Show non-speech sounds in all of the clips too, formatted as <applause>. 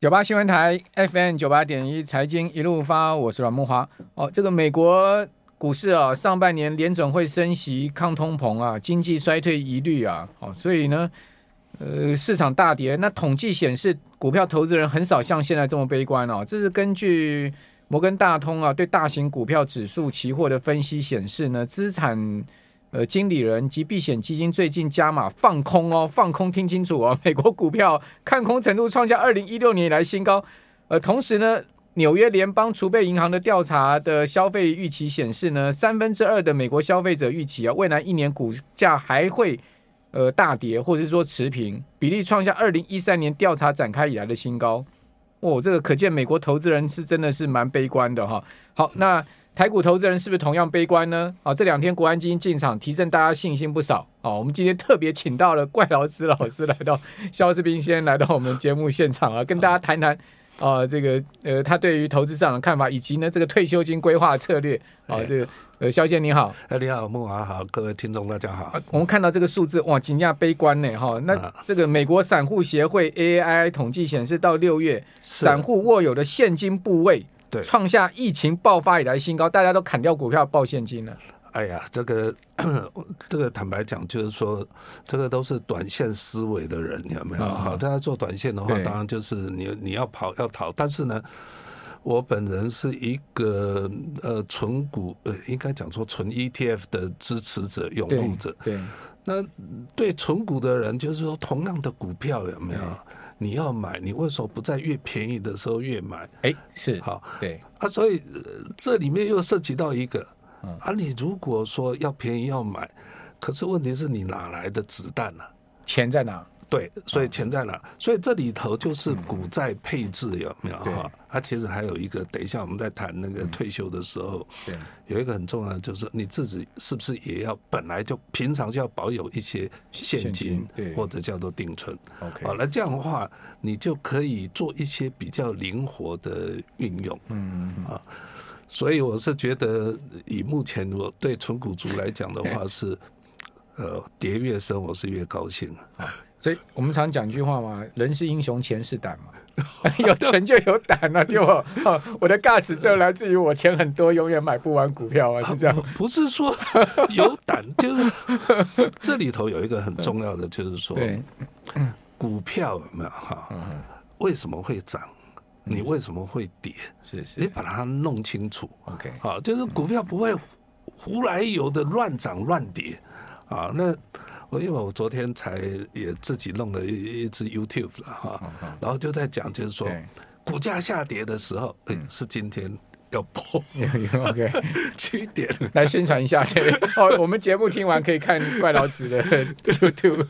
九八新闻台 FM 九八点一财经一路发，我是阮木华。哦，这个美国股市啊，上半年联准会升息抗通膨啊，经济衰退疑虑啊，哦，所以呢，呃，市场大跌。那统计显示，股票投资人很少像现在这么悲观哦。这是根据摩根大通啊对大型股票指数期货的分析显示呢，资产。呃，经理人及避险基金最近加码放空哦，放空听清楚哦，美 <laughs> 国股票看空程度创下二零一六年以来新高。呃，同时呢，纽约联邦储备银行的调查的消费预期显示呢，三分之二的美国消费者预期啊，未来一年股价还会呃大跌，或者是说持平，比例创下二零一三年调查展开以来的新高。哦，这个可见美国投资人是真的是蛮悲观的哈。好，那。台股投资人是不是同样悲观呢？啊，这两天国安基金进场，提振大家信心不少。啊，我们今天特别请到了怪老师老师来到肖志斌先来到我们节目现场啊，跟大家谈谈啊，这个呃他对于投资市场的看法，以及呢这个退休金规划策略。啊，这个呃肖先你好，哎，你好，木华好，各位听众大家好啊。我们看到这个数字哇，惊讶悲观呢哈。啊那这个美国散户协会 AAI 统计显示，到六月是散户握有的现金部位。对创下疫情爆发以来新高，大家都砍掉股票报现金了。哎呀，这个 <coughs> 这个坦白讲，就是说，这个都是短线思维的人，有没有？啊好，大家做短线的话对，当然就是你你要跑要逃，但是呢。我本人是一个呃纯股呃，应该讲说纯 ETF 的支持者、拥对护者。对那对纯股的人，就是说同样的股票有没有对？你要买，你为什么不在越便宜的时候越买？哎，是好，对啊，所以、呃这里面又涉及到一个嗯，啊，你如果说要便宜要买，可是问题是你哪来的子弹呢、钱在哪？对，所以钱在哪？嗯所以这里头就是股债配置有没有对嗯哈？啊，其实还有一个，等一下我们在谈那个退休的时候，对有一个很重要的就是你自己是不是也要本来就平常就要保有一些现现金金对，或者叫做定存。 ，OK，好，那这样的话，你就可以做一些比较灵活的运用。啊嗯，所以我是觉得，以目前我对纯股族来讲的 <laughs> 话是，呃，跌越深我是越高兴。所以我们常讲一句话嘛，人是英雄，钱是胆 <laughs> 嘛。 <laughs> 有钱就有胆了、啊，对不？ <laughs> 哦我的价值就来自于我钱很多，永远买不完股票啊，是这样。不是说有胆，就是 <laughs> 这里头有一个很重要的，就是说对，嗯股票有没有哈？为什么会涨？你为什么会跌？是你是把它弄清楚。 ，OK， <laughs> 好，啊就是股票不会胡胡来有的乱涨乱跌啊。那我因为我昨天才也自己弄了一一支 YouTube 了哈，然后就在讲，就是说嗯对嗯股价下跌的时候，哎，是今天要破，OK，七点。来宣传一下。对，哦，我们节目听完可以看怪老子的 <laughs> YouTube，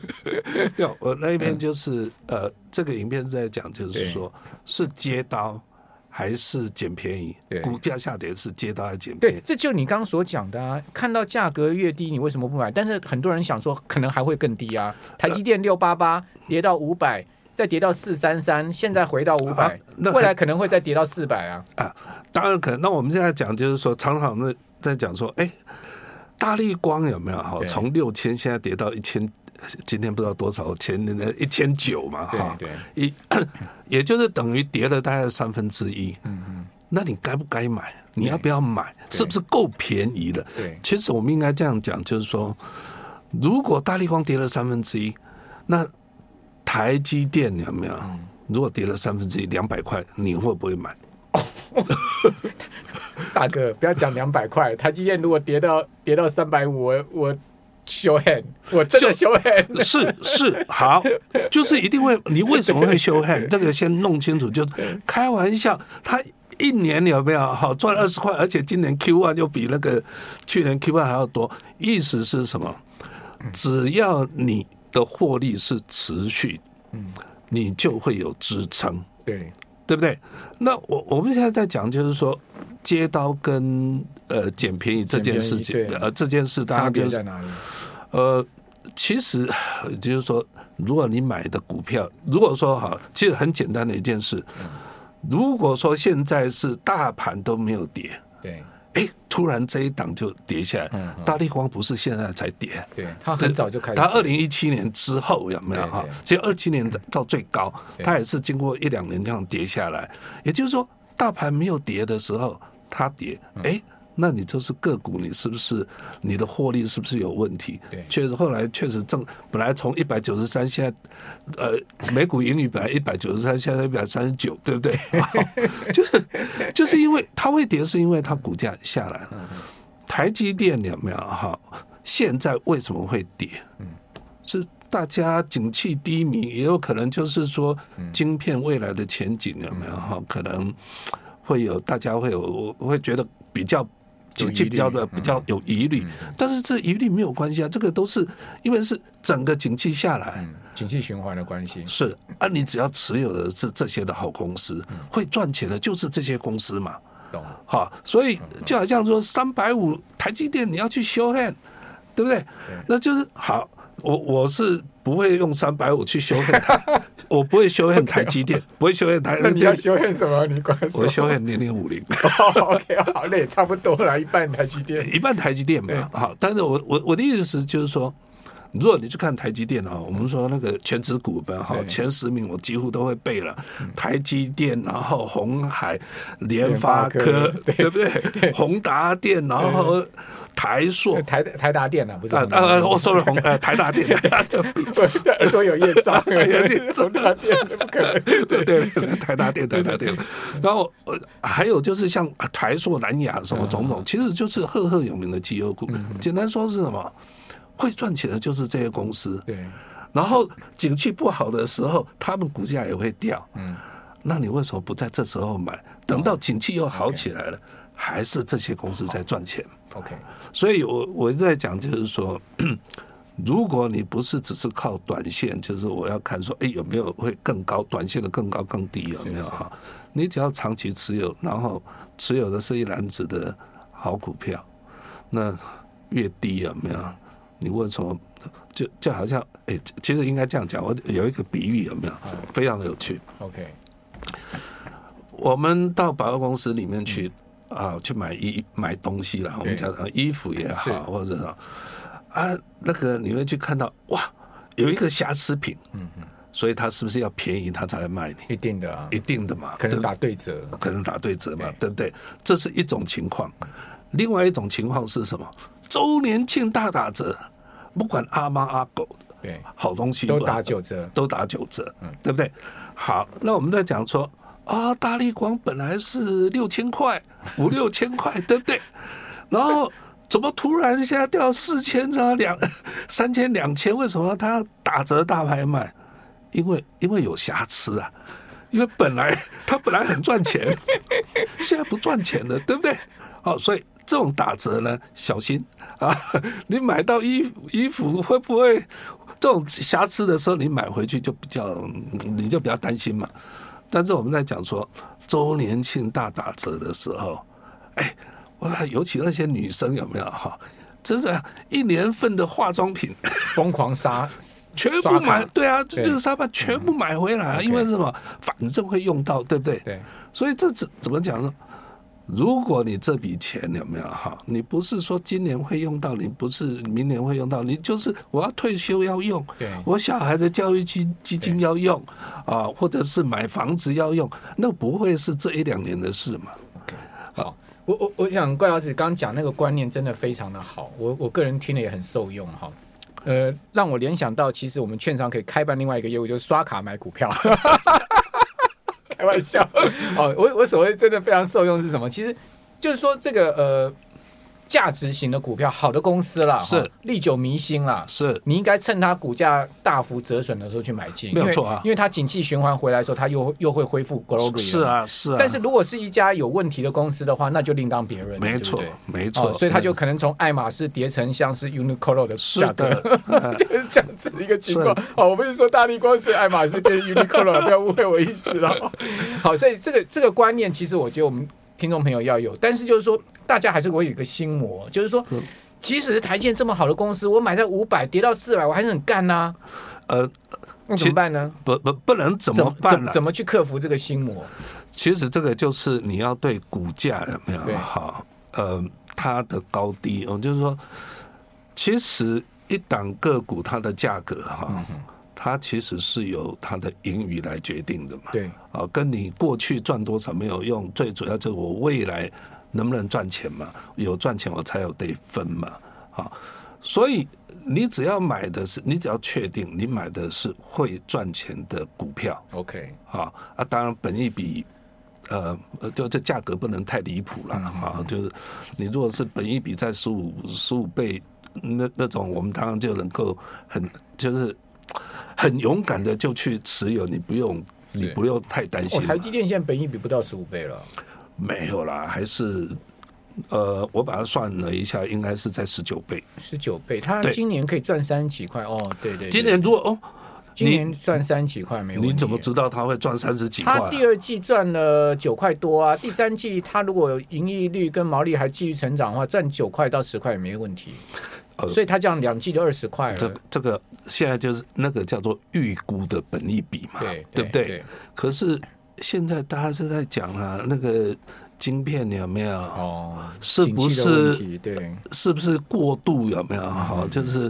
要我那一边嗯就是呃，这个影片是在讲，就是说是接刀还是捡便宜对？股价下跌是接刀还是捡便对宜，？这就你刚刚所讲的啊，看到价格越低，你为什么不买？但是很多人想说，可能还会更低啊。呃台积电六八八跌到五百，再跌到四三三，现在回到五啊百、那未来可能会再跌到四百啊。当然可能。那我们现在讲就是说，常常在在讲说，哎、大力光有没有哈对？从六千现在跌到一千，今天不知道多少钱，那一千九嘛哈，对一 <coughs> 也就是等于跌了大概三分之一。嗯嗯，那你该不该买？你要不要买？对是不是够便宜了？对其实我们应该这样讲，就是说，如果大力光跌了三分之一，那台积电有没有？嗯如果跌了三分之一，两百块，你会不会买？大哥，不要讲两百 <laughs> 块，台积电如果跌到跌到三百五，我我修 hand，我真的修 hand。是是好，就是一定会。你为什么会修恨？这个先弄清楚。就开玩笑，他一年有没有好赚二十块？而且今年 Q one 又比那个去年 Q one 还要多。意思是什么？只要你的获利是持续，嗯你就会有支撑，对 <laughs> 对不对？那我我们现在在讲就是说。接刀跟呃捡便宜这件事捡便宜情对，呃，这件事当差然别就是在哪里？呃，其实 <sighs> 就是说，如果你买的股票，如果说哈，其实很简单的一件事，如果说现在是大盘都没有跌，对哎，突然这一档就跌下来。嗯大力光不是现在才跌，对，它很早就开始，它二零一七年之后有没有对哈对？其实二七年到最高，对它也是经过一两年这样跌下来。也就是说，大盘没有跌的时候，它跌，嗯哎，那你就是个股，你是不是你的获利是不是有问题对？确实，后来确实正本来从一百九十三，现在呃每股盈余本来一百九十三，现在一百三十九，对 <laughs> 不对？哦就是就是因为它会跌，是因为它股价下来嗯了。台积电有没有哈？现在为什么会跌？嗯，是大家景气低迷，也有可能就是说晶片未来的前景有没有哈？可能会有大家会有会觉得比较。景气比较的比较有疑虑，但是这疑虑没有关系啊，这个都是因为是整个景气下来，嗯，景气循环的关系，是啊，你只要持有的是这些的好公司，会赚钱的就是这些公司嘛。懂？好，所以就好像说三百五台积电你要去修 hand，对不对？那就是好，我我是不会用三百五去修 hand，台 <laughs> 我不会修 hand 台积电，不会修 hand 台那你要积电，修炼什么？你管我修 hand 零零五零。哦 <laughs> OK，好嘞，差不多了，一半台积电。呃一半台积电嘛，好，但是我我我的意思就是说，如果你去看台积电啊，我们说那个全指股吧，哈，对前十名我几乎都会背了，台积电，然后红海、嗯联发发科科，对对不对？宏达电，然后台塑呃，台台达电啊，不是啊宏达啊，电我说了红呃台达电，我的耳朵有业 <laughs> 障，哎有业障，大电不可能。 <laughs> 对对，对台达电，台达电。然后呃还有就是像台塑、南亚什么种种，其实就是赫赫有名的绩优股。简单说是什么？会赚钱的就是这些公司，对，然后景气不好的时候，他们股价也会掉。嗯，那你为什么不在这时候买？等到景气又好起来了，还是这些公司在赚钱？ OK，所以我我一直在讲，就是说， <clears throat> 如果你不是只是靠短线，就是我要看说，哎，有没有会更高，短线的更高更低有没有哈？你只要长期持有，然后持有的是一篮子的好股票，那越低有没有？你问什么？就就好像，哎、其实应该这样讲，我有一个比喻有没有？非常有趣。 OK，我们到百货公司里面去啊，去买衣买东西啦，我们讲呃衣服也是好，或者啊，那个你会去看到哇，有一个瑕疵品，嗯嗯，所以它是不是要便宜它才会卖你？一定的啊，一定的嘛，可能对不打对折。可能打对折嘛，对不对？这是一种情况。另外一种情况是什么？周年庆大打折，不管阿猫阿狗，对，好东西都吧打九折。都打九折，对不对？好，那我们在讲说啊，大力光本来是六千块，五六千块，对不对？然后怎么突然现在掉四千啊，两三千两千？为什么它要打折大拍卖？因为因为有瑕疵啊，因为本来 <laughs> 它本来很赚钱， <laughs> 现在不赚钱了，对不对？哦，所以这种打折呢，小心啊！ <laughs> 你买到衣服衣服会不会这种瑕疵的时候，你买回去就比较，嗯你就比较担心嘛。但是我们在讲说周年庆大打折的时候，哎，我尤其那些女生有没有哈？真是啊一年份的化妆品疯狂杀，全部刷卡买，对啊，就对嗯就是沙发全部买回来啊， OK 因为是什么，反正会用到，对不对？对，所以这怎怎么讲呢？如果你这笔钱有没有哈，你不是说今年会用到，你不是明年会用到，你就是我要退休要用对，我小孩的教育基基金要用啊，或者是买房子要用，那不会是这一两年的事嘛？好。我我我想怪老师刚刚讲那个观念真的非常的好，我我个人听了也很受用哈。呃，让我联想到，其实我们券商可以开办另外一个业务，就是刷卡买股票。 <laughs> 开玩笑哦，我我所谓真的非常受用是什么？其实就是说这个呃价值型的股票，好的公司啦，哈是历久弥新啦，是你应该趁它股价大幅折损的时候去买进，没有因为错啊因为它景气循环回来的时候，它又又会恢复 glory 了是。啊是啊，但是如果是一家有问题的公司的话，那就另当别论了，没错对不对没错，嗯哦，所以它就可能从爱马仕跌成像是 Uniqlo 的是价格，的，呃就是这样子的一个情况。哦，我不是说大力光是爱马仕变 Uniqlo，不要误会我意思 <laughs> 了。好，所以这个这个观念，其实我觉得我们听众朋友要有，但是就是说，大家还是会有一个心魔，就是说，嗯即使是台积电这么好的公司，我买在五百跌到四百，我还是很干呐、呃那其怎么办呢？不不不能怎怎么办怎了、怎么去克服这个心魔？其实这个就是你要对股价有没有对好呃它的高低哦，就是说，其实一档个股它的价格哈、它其实是由它的盈余来决定的嘛。对，啊，跟你过去赚多少没有用，最主要就是我未来能不能赚钱嘛，有赚钱我才有得分嘛，啊，所以你只要买的是，你只要确定你买的是会赚钱的股票， ，OK，啊啊，当然本益比。呃，呃就这价格不能太离谱了嗯啊！就是你如果是本益比在十五十五倍，那那种我们当然就能够很就是很勇敢的就去持有，你不用你对不用太担哦，心嘛。台积电现在本益比不到十五倍了，没有啦，还是呃，我把它算了一下，应该是在十九倍。十九倍，它对今年可以赚三几块哦，对对对今年如果哦，今年赚三几块没有？你怎么？知道它会赚三十几块、它啊？第二季赚了九块多啊，第三季它如果盈利率跟毛利还继续成长的话，赚九块到十块也没问题。呃所以它这样两季就二十块这了，这个现在就是那个叫做预估的本益比嘛，对不对？？可是现在大家是在讲啊，那个晶片有没有？哦，是景不气的问是题对，是不是过度有嗯没有？哈、就是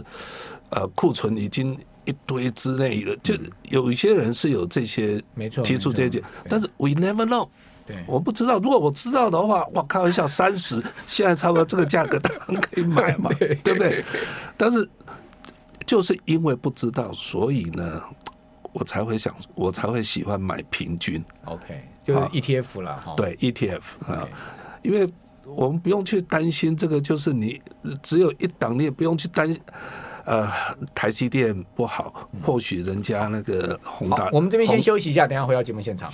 呃，库存已经一堆之类的，就有一些人是有这些嗯没错，提出这没些错，但是 we never know。对对我不知道，如果我知道的话，我开玩笑，三十现在差不多这个价格， <laughs> 当然可以买嘛，对不对？但是就是因为不知道，所以呢，我才会想，我才会喜欢买平均，OK，就是 E 好 ETF 了哈。对 ETF 啊哦 OK，，因为我们不用去担心这个，就是你只有一档，你也不用去担心。呃，台积电不好，或许人家那个宏嗯好达，，我们这边先宏休息一下，等一下回到节目现场。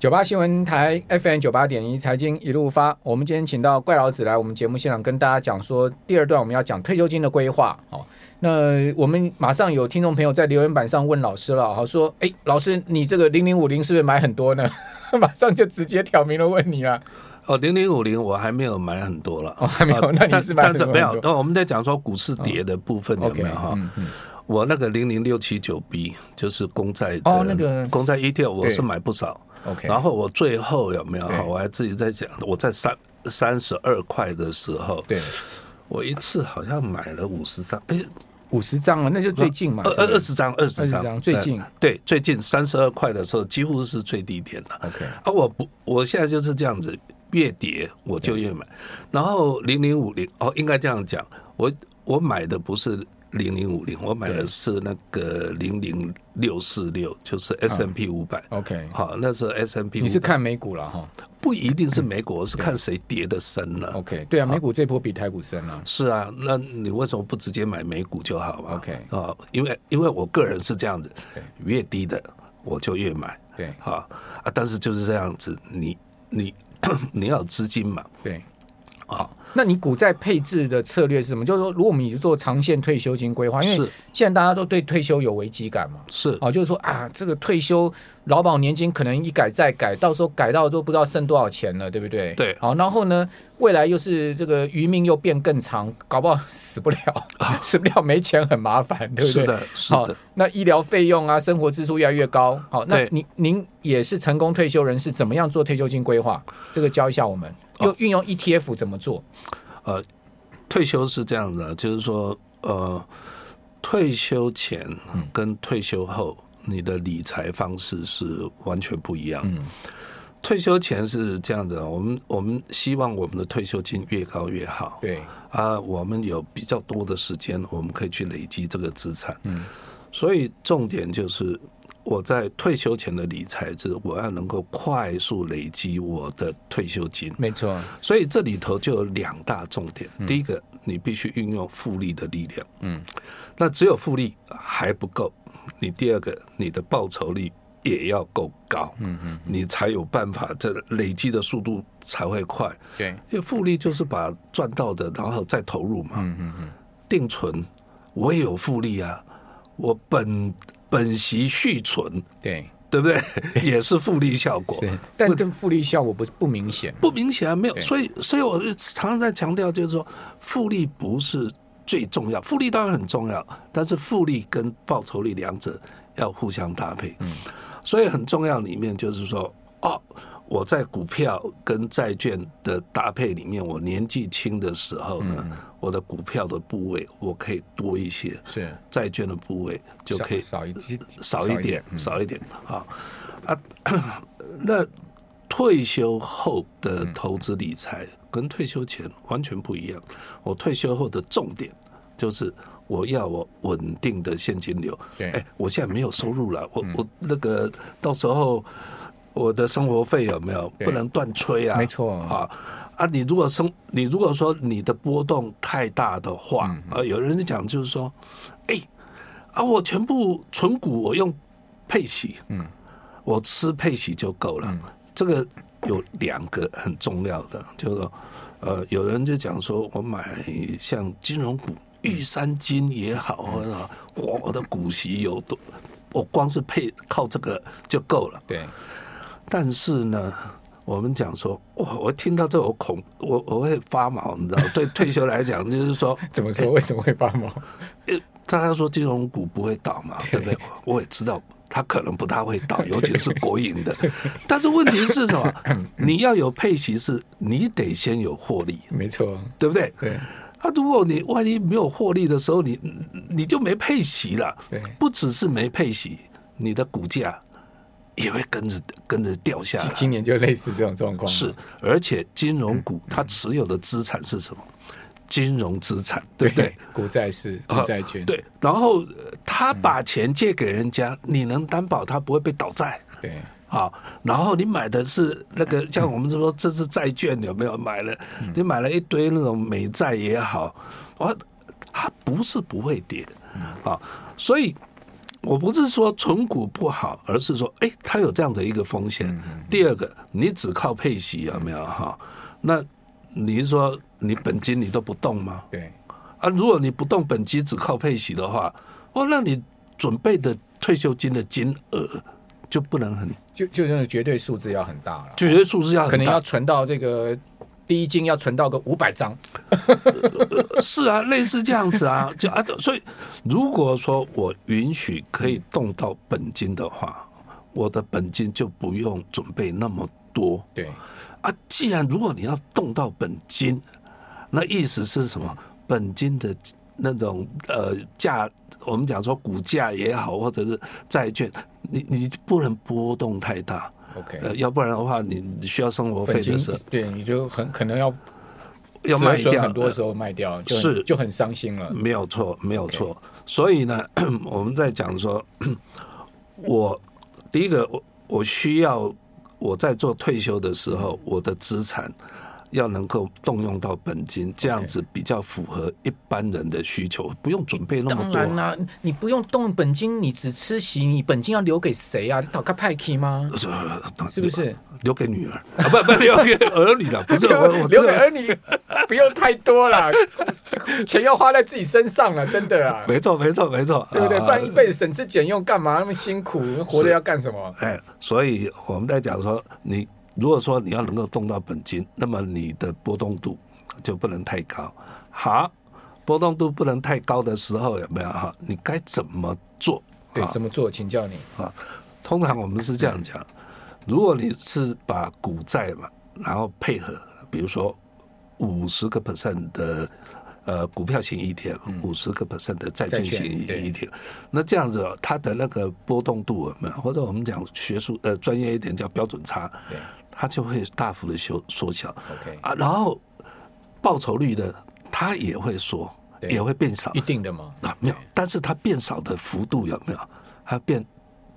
九八新闻台 FM 九八点一财经一路发，我们今天请到怪老子来我们节目现场跟大家讲说，第二段我们要讲退休金的规划。好，那我们马上有听众朋友在留言板上问老师了，好说，哎，老师你这个零零五零是不是买很多呢？马上就直接挑明了问你啊。哦，零零五零我还没有买很多了，哦还没有啊那你是买但很但多没有？那我们在讲说股市跌的部分有 OK，没有哈？嗯嗯，我那个零零六七九 B 就是公债的，哦那个公债 ETF 我是对买不少， ，OK，然后我最后有没有对哈？我还自己在讲，我在三三十二块的时候，对，我一次好像买了五十张，哎，五十张了，那就最近嘛，二是不二是二十张，二十20张最近嗯对最近三十二块的时候几乎是最低点了。 OK，啊，我不，我现在就是这样子，越跌我就越买。然后零零五零，哦，应该这样讲，我我买的不是零零五零，我买的是那个零零六四六，就是 S M P 五百。 OK，好，那时候 S M P 啊哦你是嗯五百看美股了哈不一定是美国，是看谁跌的深了。 ？OK，对啊，美股这波比台股深啊。是啊，那你为什么不直接买美股就好嘛 OK 啊，因为因为我个人是这样子对，越低的我就越买。对啊啊！但是就是这样子，你你 <coughs> 你要有资金嘛对，啊，那你股债配置的策略是什么？就是说，如果我们以做长线退休金规划，因为是现在大家都对退休有危机感嘛，是哦，就是说啊，这个退休劳保年金可能一改再改，到时候改到都不知道剩多少钱了，对不对？对好，然后呢，未来又是这个余命又变更长，搞不好死不了，死不了没钱很麻烦，对不对？是的，是好的。，那医疗费用啊，生活支出越来越高。好，那对您您也是成功退休人士，怎么样做退休金规划？这个教一下我们，哦又运用 ETF 怎么做？退休是这样的，就是说呃，退休前嗯跟退休后，你的理财方式是完全不一样。嗯，退休前是这样的，我们我们希望我们的退休金越高越好。对，啊，我们有比较多的时间，我们可以去累积这个资产。嗯，所以重点就是我在退休前的理财是，我要能够快速累积我的退休金。没错，所以这里头就有两大重点，第一个，你必须运用复利的力量。嗯，那只有复利还不够，你第二个，你的报酬率也要够高。嗯嗯，你才有办法，这累积的速度才会快。对，因为复利就是把赚到的，然后再投入嘛。嗯嗯嗯，定存我也有复利啊，我本本息续存，对，对不对？ <laughs> 也是复利效果，是，但这复利效果不不明显。不明显啊，没有。对所以，所以我常常在强调，就是说复利不是最重要，复利当然很重要，但是复利跟报酬率两者要互相搭配。嗯，所以很重要里面就是说，哦，我在股票跟债券的搭配里面，我年纪轻的时候呢，我的股票的部位我可以多一些，是债券的部位就可以少少一些少一点，少一点啊啊！ <coughs> 那退休后的投资理财跟退休前完全不一样。我退休后的重点就是我要我稳定的现金流。对哎，我现在没有收入了，我我那个到时候我的生活费有没有对不能断吹啊？没错啊。啊，你如果生，你如果说你的波动太大的话，嗯呃，有人讲就是说，哎、啊，我全部存股，我用配息，嗯，我吃配息就够了。这个有两个很重要的，就是说呃，有人就讲说我买像金融嗯股，玉山金也好，或者好哇我的股息有多，我光是配靠这个就够了。对，但是呢，我们讲说，哇，我听到这我恐，我我会发毛，你知道？对退休来讲，就是说，怎么说？为什么会发毛？ <laughs> 呃，大家说金融股不会倒嘛，对不对？我我也知道它可能不大会倒，尤其是国营的。但是问题是什么？你要有配息是，你得先有获利，没错，对不对？对啊，如果你万一没有获利的时候，你你就没配息了。对不只是没配息，你的股价也会跟着跟着掉下来。今年就类似这种状况，是，而且金融股它持有的资产是什么？金融资产，对不对？？股债是股啊债券，嗯对，然后呃他把钱借给人家，你能担保他不会被倒债对啊？然后你买的是那个，像我们说这是债券有没有买了？你买了一堆那种美债也好，啊，它不是不会跌啊，所以。我不是说存股不好，而是说，哎，它有这样的一个风险。第二个，你只靠配息有没有哈？那你是说你本金你都不动吗？对啊，如果你不动本金，只靠配息的话，哦，那你准备的退休金的金额就不能很，就就真的绝对数字要很大了，就觉得数字要可很能大要。存到这个第一金要存到个五百张，是啊，类似这样子 <laughs> 啊，就啊，所以如果说我允许可以动到本金的话，我的本金就不用准备那么多对啊。既然如果你要动到本金，那意思是什么？本金的那种呃价，我们讲说股价也好，或者是债券，你你不能波动太大， ，OK，呃，要不然的话，你需要生活本费金的时候对你就很可能要要折卖损掉，呃很多时候卖掉，就很是嗯就很伤心了，没有错，没有错。所以呢， <clears throat> 我们在讲说，我第一个，我我需要我在做退休的时候，我的资产要能够动用到本金，这样子比较符合一般人的需求，不用准备那么当多。然啦、你不用动本金，你只吃席，你本金要留给谁啊？你倒个派 k 吗？是不是？留给女儿啊？不不，留给儿女了，不是我 <laughs> 我这留给个儿女，不用太多啦， <laughs> 钱要花在自己身上了，真的 <laughs> 啊，没错没错没错，对不对？啊不然一辈子省吃俭用干嘛？那么辛苦，活着要干什么？哎，所以我们在讲说，你如果说你要能够动到本金，那么你的波动度就不能太高。好，波动度不能太高的时候，有没有哈？你该怎么做？对，啊怎么做？请教你。啊，通常我们是这样讲：如果你是把股债嘛，然后配合，比如说五十个 percent 的呃股票型 ETF，五十个 percent 的嗯债券型债券 ETF，那这样子哦它的那个波动度有没有？或者我们讲学术呃专业一点叫标准差，对它就会大幅的缩缩小，OK，啊，然后报酬率呢，它也会缩，对也会变少一。定的嘛。啊，没有，但是它变少的幅度有没有？它变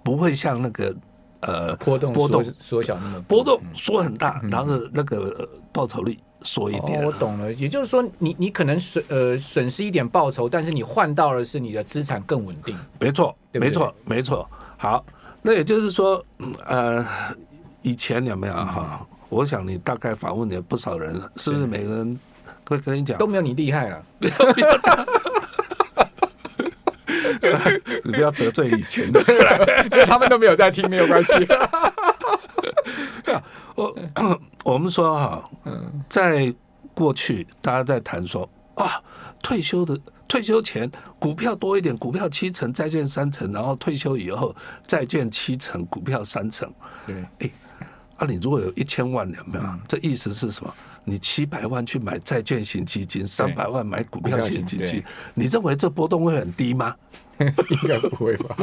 不会像那个呃波动波缩动缩小那么波动缩很大，然后那个呃报酬率缩一点嗯哦，我。懂了，也就是说你，你可能损呃损失一点报酬，但是你换到的是你的资产更稳定。没错，对不对没错，没错。好，那也就是说，嗯呃，以前有没有嗯哈？我想你大概访问也不少人了，是不是？每个人会跟你讲都，没有你厉 <laughs> 害了。啊你不要得罪以前的。他们都没有在听，没有关系。我呃 <coughs> 我们说哈，在过去大家在谈说啊，退休的退休前股票多一点，股票七成，债券三成，然后退休以后债券七成，股票三成。 <laughs> 对，哎，啊，你如果有一千万，有没有？嗯这意思是什么？你七百万去买债券型基金，三百万买股票型基股票型金对，你认为这波动会很低吗？应该不会吧？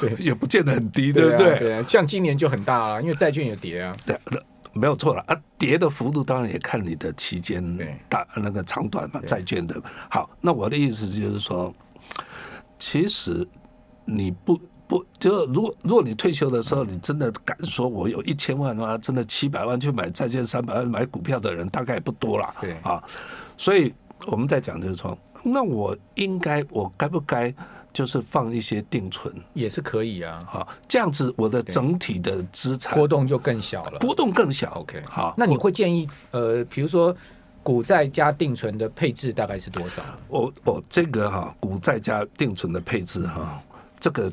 对也不见得很低，对不啊对？对啊，像今年就很大了，因为债券也跌啊。对，那没有错了啊。跌的幅度当然也看你的期间对大那个长短嘛，债券的。好，那我的意思就是说，其实你不。不，就如果如果你退休的时候，你真的敢说我有一千万啊，真的七百万去买债券、三百万买股票的人，大概也不多了。对啊，所以我们在讲就是说，那我应该，我该不该就是放一些定存也是可以啊，啊？这样子我的整体的资产波动就更小了。波动更小。 OK，好，那你会建议呃，比如说股债加定存的配置大概是多少？我我哦这个哈、股债加定存的配置哈、这个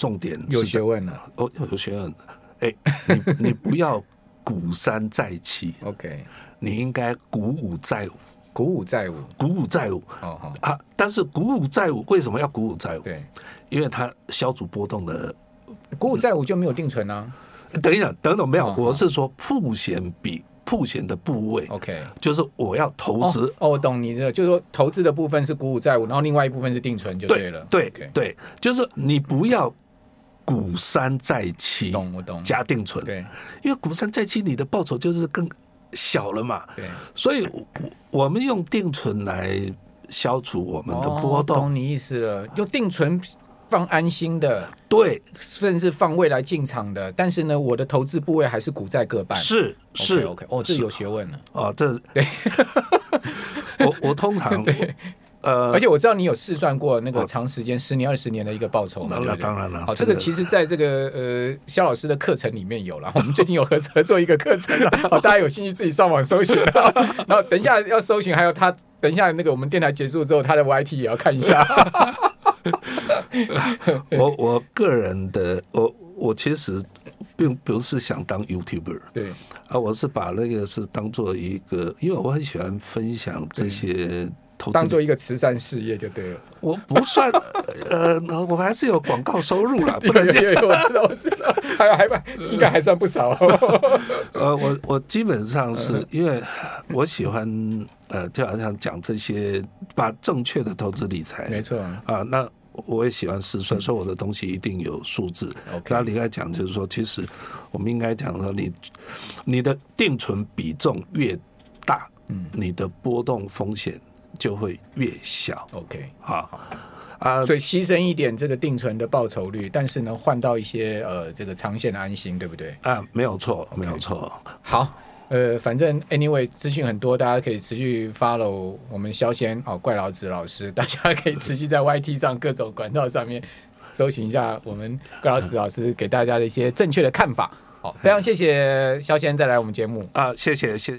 重点是有在学问啊了。哦，有学问。哎，你 <laughs> 你不要股三债七， OK，你应该股五债五，鼓舞债务。股五债五哦好，啊。但是股五债五为什么要股五债五？对，因为它消除波动的。鼓舞债务就没有定存啊。等一下，等等，没有，哦我是说铺险比铺险的部位， OK，就是我要投资哦哦，哦我懂你的，就是说投资的部分是鼓舞债务，然后另外一部分是定存就对了。对 OK，对，就是你不要股三债七懂我懂。加定存，对因为股三债七你的报酬就是更小了嘛，对，所以我我们用定存来消除我们的波哦动。懂你意思了，用定存放安心的，对，甚至放未来进场的，但是呢，我的投资部位还是股债各半。是是 OK，哦，这是有学问了。哦，这对 <laughs> 我我通常对呃而，且我知道你有试算过那个长时间十年、二十年的一个报酬嘛，那对那不对？嗯当然了，好，这个其实在这个呃肖老师的课程里面有了，我们最近有合合作一 <laughs> 个课程了，好，大家有兴趣自己上网搜寻。啊 <laughs> 然后等一下要搜寻，还有他等一下那个我们电台结束之后，他的 YT 也要看一 <laughs> 下。我我个人的我我其实并不是想当 YouTuber。对，啊，我是把那个是当做一个，因为我很喜欢分享这些投资当做一个慈善事业就对了。我不算，呃，我还是有广告收入 <laughs> 啦，不有能有讲。有有，我知道我知道，还还蛮应该还算不 <laughs> 少。呃，我我基本上嗯是因为我喜欢，呃，就好像讲这些，把正确的投资理财，没错，啊，那我也喜欢试算，所以我的东西一定有数字。 OK 那你刚才讲就是说，其实我们应该讲说你，你的定存比重越大，嗯你的波动风险就会越小，OK。啊啊，所以牺牲一点这个定存的报酬率，但是呢，换到一些呃这个长线的安心，对不对？啊，没有错，没有错。好，呃，反正 anyway 资讯很多，大家可以持续 follow 我们萧贤哦，怪老子老师， <laughs> 大家可以持续在 YT 上各种管道上面搜寻一下我们怪老子老师给大家的一些正确的看法。好，非常谢谢萧贤再来我们节目。啊，谢谢，谢谢。